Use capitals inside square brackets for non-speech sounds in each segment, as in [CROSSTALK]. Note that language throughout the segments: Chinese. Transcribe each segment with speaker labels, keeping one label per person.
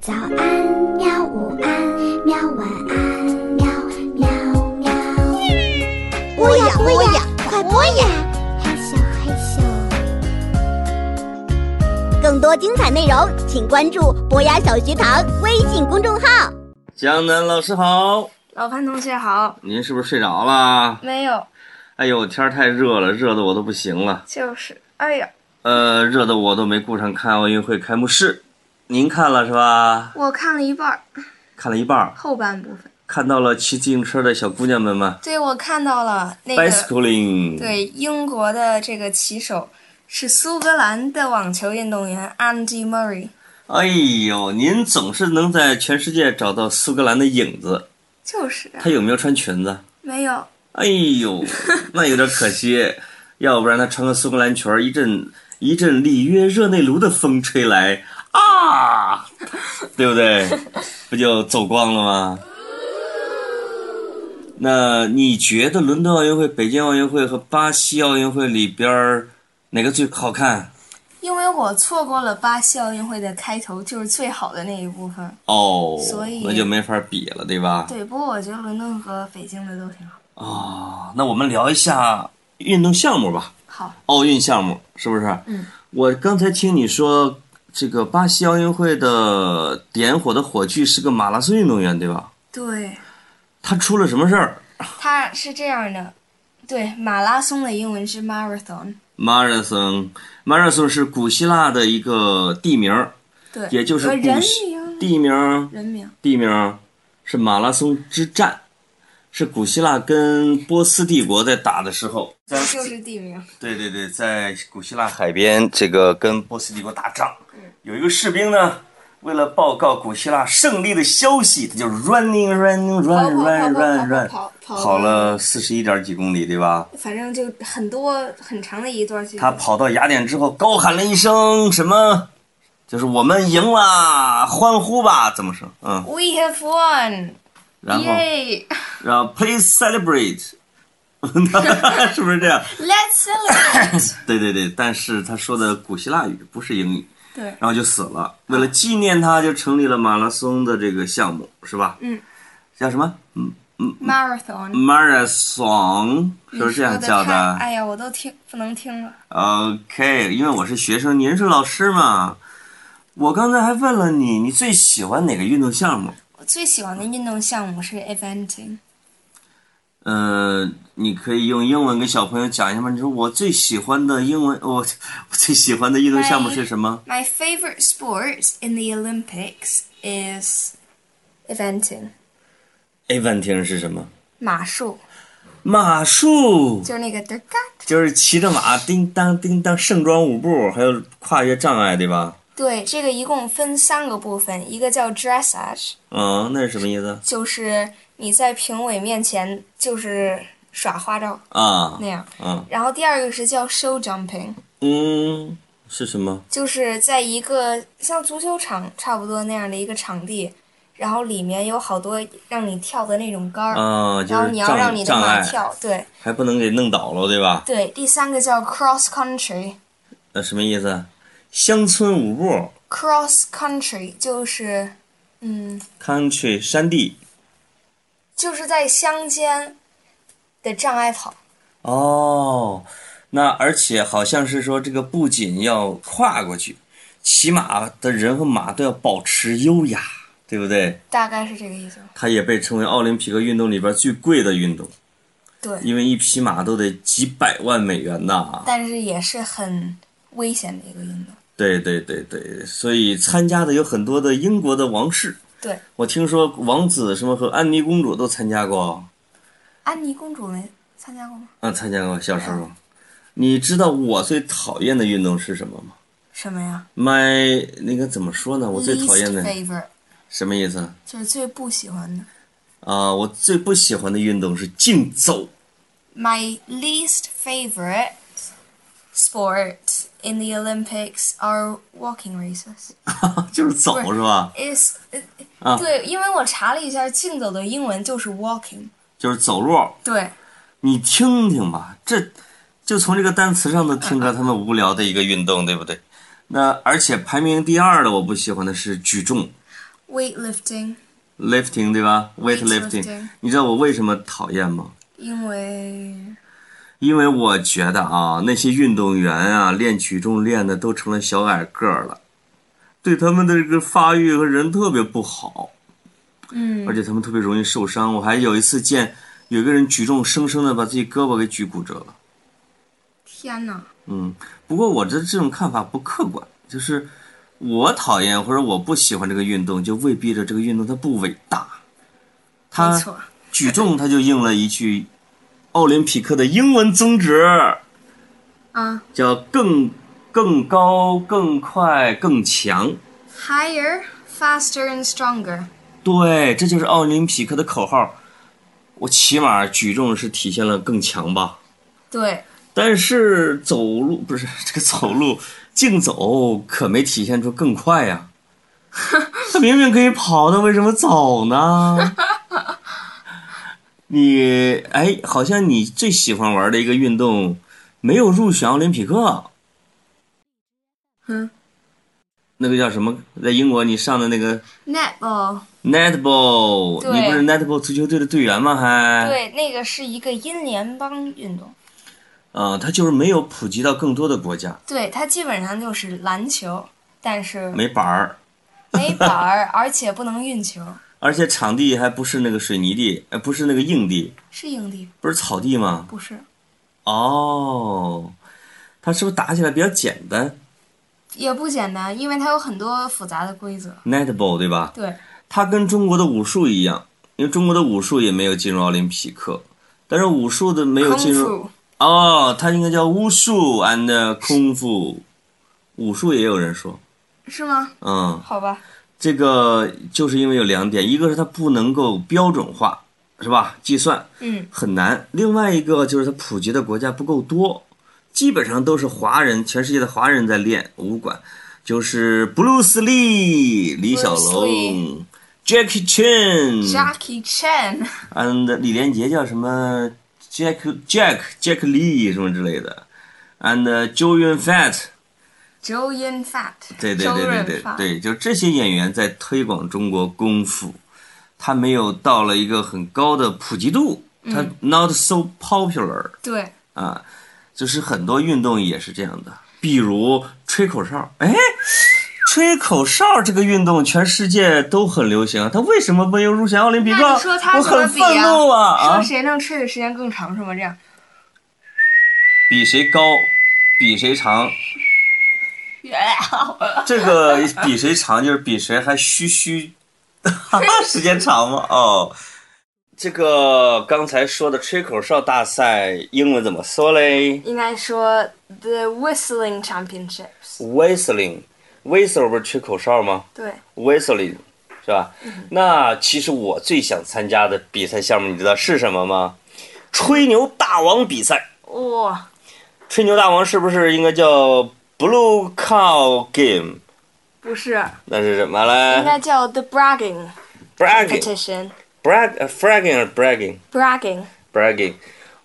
Speaker 1: 早安喵，午安喵，晚安喵喵喵。播呀播呀，快播呀！害羞害羞。
Speaker 2: 更多精彩内容，请关注博雅小学堂微信公众号。
Speaker 3: 江南老师好，
Speaker 4: 老潘同学好，
Speaker 3: 您是不是睡着啦？
Speaker 4: 没有，
Speaker 3: 哎呦，天儿太热了，热的我都不行了，
Speaker 4: 就是，哎呀，
Speaker 3: 呃，热的我都没顾上看奥运会开幕式。您看了是吧？
Speaker 4: 我看了一半儿
Speaker 3: 看了一半儿，
Speaker 4: 后半部分，
Speaker 3: 看到了骑自行车的小姑娘们吗、
Speaker 4: 对我看到了那
Speaker 3: b i
Speaker 4: 个
Speaker 3: c y c l i n g，
Speaker 4: 对英国的这个棋手是苏格兰的网球运动员 Andy Murray，
Speaker 3: 哎呦，您总是能在全世界找到苏格兰的影子。
Speaker 4: 就是啊
Speaker 3: 她有没有穿裙子？
Speaker 4: 没有，
Speaker 3: 哎
Speaker 4: [LAUGHS]
Speaker 3: 呦，那有点可惜，要不然她穿个苏格兰裙儿，一阵一阵里约热内卢的风吹来
Speaker 4: [LAUGHS]
Speaker 3: 啊，对不对？不就走光了吗？那你觉得伦敦奥运会、北京奥运会和巴西奥运会里边儿哪个最好看？
Speaker 4: 因为我错过了巴西奥运会的开头，就是最好的那一部分。
Speaker 3: 哦
Speaker 4: 所以，
Speaker 3: 那就没法比了，对吧？
Speaker 4: 对，不过我觉得伦敦和北京的都挺好。
Speaker 3: 啊，那我们聊一下运动项目吧。
Speaker 4: 好，
Speaker 3: 奥运项目是不是？
Speaker 4: 嗯，
Speaker 3: 我刚才听你说，这个巴西奥运会的点火的火炬是个马拉松运动员，对吧？
Speaker 4: 对，
Speaker 3: 他出了什么事儿
Speaker 4: 他是这样的，对，马拉松的英文是 marathon，
Speaker 3: ？Marathon，Marathon 是古希腊的一个地名儿，
Speaker 4: 对，
Speaker 3: 也就是
Speaker 4: 和
Speaker 3: 古
Speaker 4: 人
Speaker 3: 希
Speaker 4: 名，
Speaker 3: 地名儿
Speaker 4: 人名。
Speaker 3: 地名儿是马拉松之战，是古希腊跟波斯帝国在打的时候，在
Speaker 4: 就是地名。
Speaker 3: 对对对，在古希腊海边，这个跟波斯帝国打仗，
Speaker 4: 嗯
Speaker 3: 有一个士兵呢，为了报告古希腊胜利的消息，他就 running running
Speaker 4: 跑
Speaker 3: run run
Speaker 4: 跑跑
Speaker 3: run
Speaker 4: 跑
Speaker 3: run，
Speaker 4: 跑跑
Speaker 3: 跑，了四十一点几公里，对吧？
Speaker 4: 反正就很多很长的一段距离。
Speaker 3: 他跑到雅典之后，高喊了一声什么？就是我们赢啦，欢呼吧，怎么说？嗯，
Speaker 4: We have won，
Speaker 3: 然后，
Speaker 4: 耶
Speaker 3: 然后 please celebrate，是不是这样？
Speaker 4: [LAUGHS] ！Let's celebrate。
Speaker 3: 对对对，但是他说的古希腊语不是英语，
Speaker 4: 对，
Speaker 3: 然后就死了。为了纪念他，就成立了马拉松的这个项目，是吧？
Speaker 4: 嗯，
Speaker 3: 叫什么？嗯 [LAUGHS]
Speaker 4: marathon。
Speaker 3: ，marathon 是不
Speaker 4: 你
Speaker 3: 是这样
Speaker 4: 说
Speaker 3: 叫
Speaker 4: 太
Speaker 3: 的
Speaker 4: 哎呀，我都听不能听了。
Speaker 3: ？OK，因为我是学生，您是老师嘛。我刚才还问了你，你最喜欢哪个运动项目？
Speaker 4: 我最喜欢的运动项目是 eventing。
Speaker 3: 呃，你可以用英文跟小朋友讲一下吗？你说我最喜欢的英文，我 [LAUGHS] 我最喜欢的运动项目是什么？
Speaker 4: My favorite sport in the Olympics is eventing，
Speaker 3: a v e n t i n 是什么？
Speaker 4: 马术，
Speaker 3: 马术。
Speaker 4: 就是那个 the gut。
Speaker 3: 就是骑着马叮当叮当盛装舞步，还有跨越障碍，对吧？
Speaker 4: 对，这个一共分三个部分，一个叫 dressage。
Speaker 3: 嗯，那是什么意思
Speaker 4: 就是你在评委面前就是耍花招
Speaker 3: 啊
Speaker 4: 那？样。
Speaker 3: 啊，
Speaker 4: 然后第二个是叫 show jumping，
Speaker 3: 嗯，是什么？
Speaker 4: 就是在一个像足球场差不多那样的一个场地，然后里面有好多让你跳的那种杆儿，
Speaker 3: 啊，就
Speaker 4: 然后
Speaker 3: 是
Speaker 4: 你要让
Speaker 3: 障
Speaker 4: 你的
Speaker 3: 障
Speaker 4: 马
Speaker 3: 碍，
Speaker 4: 跳。对
Speaker 3: 还不能给弄倒了，对吧？
Speaker 4: 对，第三个叫 cross country。
Speaker 3: 那什么意思？乡村舞步
Speaker 4: cross country 就是，嗯，
Speaker 3: ，country 山地。
Speaker 4: 就是在乡间的障碍跑。
Speaker 3: 哦，那而且好像是说这个不仅要跨过去，骑马的人和马都要保持优雅，对不对？
Speaker 4: 大概是这个意思。
Speaker 3: 它也被称为奥林匹克运动里边最贵的运动。
Speaker 4: 对，
Speaker 3: 因为一匹马都得几百万美元呐。
Speaker 4: 但是也是很危险的一个运动。
Speaker 3: 对对对对，所以参加的有很多的英国的王室，
Speaker 4: 对，
Speaker 3: 我听说王子什么和安妮公主都参加过，
Speaker 4: 安妮公主没参加过吗？
Speaker 3: 啊，参加过小时候。你知道我最讨厌的运动是什么吗
Speaker 4: 什么呀？
Speaker 3: ？My 那个怎么说呢？我最讨厌的
Speaker 4: Least favorite
Speaker 3: 什么意思啊、
Speaker 4: 就是最不喜欢的。
Speaker 3: 我最不喜欢的运动是竞走。 [LAUGHS]
Speaker 4: My least favorite sport in the Olympics are walking races.
Speaker 3: 就是走
Speaker 4: 不是
Speaker 3: 是吧？
Speaker 4: Is 呃
Speaker 3: 啊
Speaker 4: 对，因为我查了一下，竞走的英文就是 walking。
Speaker 3: 就是走路，
Speaker 4: 对，
Speaker 3: 你听听吧，这就从这个单词上能听出来他们无聊的一个运动，对不对？那而且排名第二的我不喜欢的是举重，
Speaker 4: weightlifting，
Speaker 3: lifting 对吧
Speaker 4: Weightlifting
Speaker 3: 你知道我为什么讨厌吗？
Speaker 4: 因为
Speaker 3: 因为我觉得啊，那些运动员啊，练举重练的都成了小矮个儿了，对他们的这个发育和人特别不好，
Speaker 4: 嗯
Speaker 3: 而且他们特别容易受伤。我还有一次见有一个人举重，生生的把自己胳膊给举骨折了。
Speaker 4: 天哪，
Speaker 3: 嗯，不过我这这种看法不客观，就是我讨厌或者我不喜欢这个运动，就未必着这个运动它不伟大。
Speaker 4: 没
Speaker 3: 它
Speaker 4: 错，
Speaker 3: 举重，它就应了一句奥林匹克的英文宗旨，
Speaker 4: 啊
Speaker 3: 叫更更高、更快、更强。
Speaker 4: ，higher, faster and stronger，
Speaker 3: 对，这就是奥林匹克的口号。我起码举重是体现了更强吧，
Speaker 4: 对，
Speaker 3: 但是走路 [LAUGHS] 不是这个走路竞走可没体现出更快
Speaker 4: [LAUGHS]
Speaker 3: 呀、他明明可以跑的，为什么走呢？
Speaker 4: [LAUGHS]
Speaker 3: 你哎，好像你最喜欢玩的一个运动没有入选奥林匹克。
Speaker 4: 嗯，
Speaker 3: 那个叫什么？在英国你上的那个
Speaker 4: netball，
Speaker 3: netball，
Speaker 4: 对
Speaker 3: 你不是 netball 足球队的队员吗？还
Speaker 4: 对，那个是一个英联邦运动，
Speaker 3: 啊、它就是没有普及到更多的国家，
Speaker 4: 对，它基本上就是篮球，但是
Speaker 3: 没板儿，
Speaker 4: [LAUGHS] 没板儿，而且不能运球，
Speaker 3: 而且场地还不是那个水泥地，呃，不是那个硬地，
Speaker 4: 是硬地，
Speaker 3: 不是草地吗？
Speaker 4: 不是，
Speaker 3: 哦，它是不是打起来比较简单
Speaker 4: 也不简单，因为它有很多复杂的规则，
Speaker 3: ？netball 对吧？
Speaker 4: 对，
Speaker 3: 它跟中国的武术一样，因为中国的武术也没有进入奥林匹克，但是武术的没有
Speaker 4: 康
Speaker 3: 进入
Speaker 4: 复，
Speaker 3: 哦，它应该叫巫术 and 空腹，武术也有人说，
Speaker 4: 是吗？
Speaker 3: 嗯。
Speaker 4: 好吧，
Speaker 3: 这个就是因为有两点，一个是它不能够标准化，是吧？计算
Speaker 4: 嗯，
Speaker 3: 很难。另外一个就是它普及的国家不够多，基本上都是华人，全世界的华人在练武馆，就是布鲁斯利、李小
Speaker 4: Bruce
Speaker 3: 龙
Speaker 4: Lee、
Speaker 3: Jackie Chan
Speaker 4: Jackie Chan， [LAUGHS]
Speaker 3: and 李连杰叫什么 Jack Jack Jack Lee 什么之类的，and Joe Yun Fat。
Speaker 4: 周润发，
Speaker 3: 对对
Speaker 4: 周
Speaker 3: 对对
Speaker 4: 润
Speaker 3: 对
Speaker 4: 发，
Speaker 3: 对，就这些演员在推广中国功夫，他没有到了一个很高的普及度，他 not so popular
Speaker 4: 对
Speaker 3: 啊，就是很多运动也是这样的，比如吹口哨，哎，吹口哨这个运动全世界都很流行，他为什么没有入选奥林匹克？
Speaker 4: 那你说他
Speaker 3: 我
Speaker 4: 怎么
Speaker 3: 很
Speaker 4: 比啊
Speaker 3: 愤怒啊！啊
Speaker 4: 说，谁能吹的时间更长是吗？这
Speaker 3: [LAUGHS]
Speaker 4: 样，
Speaker 3: 比谁高，比谁长，这个比谁长，就是比谁还虚虚， [LAUGHS] 时间长吗？哦，这个刚才说的吹口哨大赛，英文怎么说嘞
Speaker 4: 应该说 The Whistling Championships，
Speaker 3: ？Whistling，whistle 不是吹口哨吗
Speaker 4: 对，
Speaker 3: ？Whistling 是吧？
Speaker 4: 嗯
Speaker 3: 那其实我最想参加的比赛项目，你知道是什么吗？吹牛大王比赛。
Speaker 4: 哇，
Speaker 3: 吹牛大王是不是应该叫 Blue Cow Game？
Speaker 4: 不是，
Speaker 3: 那是什么
Speaker 4: 应
Speaker 3: 嘞
Speaker 4: 该叫 The Bragging
Speaker 3: ？Bragging。
Speaker 4: Competition。
Speaker 3: brag 呃 fragging 还是 bragging
Speaker 4: Bragging，
Speaker 3: bragging，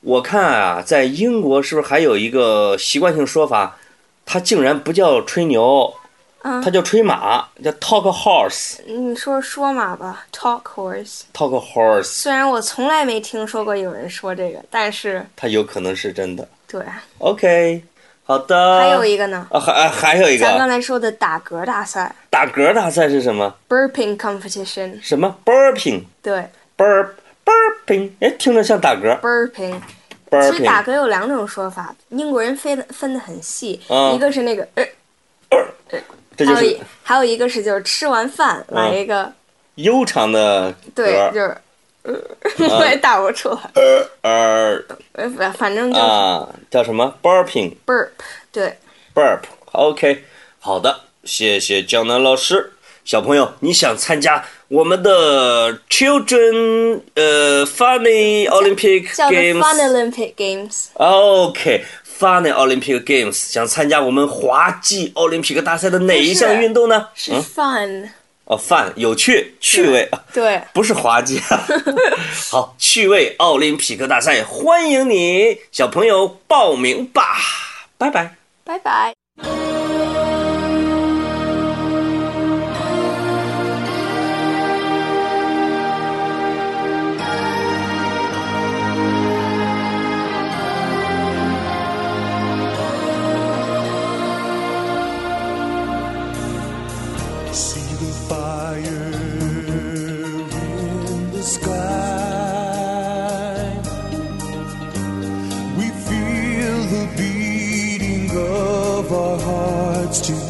Speaker 3: 我看啊，在英国是不是还有一个习惯性说法，它竟然不叫吹牛，
Speaker 4: 嗯
Speaker 3: 它叫吹马，叫 talk horse，talk
Speaker 4: 你说说马吧，Talk Horse。
Speaker 3: horse，
Speaker 4: 虽然我从来没听说过有人说这个，但是
Speaker 3: 它有可能是真的。
Speaker 4: 对，啊
Speaker 3: OK，好的。
Speaker 4: 还有一个呢，
Speaker 3: 啊，还啊还有一
Speaker 4: 咱刚
Speaker 3: 个
Speaker 4: 才说的打嗝大赛
Speaker 3: 打嗝大赛是什么？
Speaker 4: （burping competition），
Speaker 3: 什么 burping，burp
Speaker 4: 对
Speaker 3: burping，哎，听着像打嗝
Speaker 4: ，burping。其实打
Speaker 3: ，burping，
Speaker 4: 嗝有两种说法，英国人分的分的很细，
Speaker 3: 嗯
Speaker 4: 一个是那个，呃，
Speaker 3: 这就
Speaker 4: 还有一
Speaker 3: 是
Speaker 4: 还有一个是就是吃完饭来一个，
Speaker 3: 悠长的
Speaker 4: 对，
Speaker 3: 嗝，啊
Speaker 4: 就是， [LAUGHS] 呃，我也打不出来，
Speaker 3: 呃
Speaker 4: 呃反反正就是
Speaker 3: 啊，叫什么 burping。
Speaker 4: burp，对，
Speaker 3: burp。OK，好的，谢谢江南老师。小朋友，你想参加我们的 Children 呃 Funny Olympic
Speaker 4: 叫做
Speaker 3: Games？OK，Funny
Speaker 4: Fun Olympic Games，
Speaker 3: Olympic Games 想参加我们滑稽奥林匹克大赛的哪一项运动呢？
Speaker 4: 是
Speaker 3: 嗯，
Speaker 4: fun，
Speaker 3: 哦，fun 有趣趣味， [LAUGHS]
Speaker 4: 对，
Speaker 3: 不是滑稽 [LAUGHS] 啊。好，趣味奥林匹克大赛，欢迎你小朋友报名吧，拜拜。
Speaker 4: 拜拜。
Speaker 1: 喵
Speaker 5: fire in the sky. We feel the beating of our hearts together.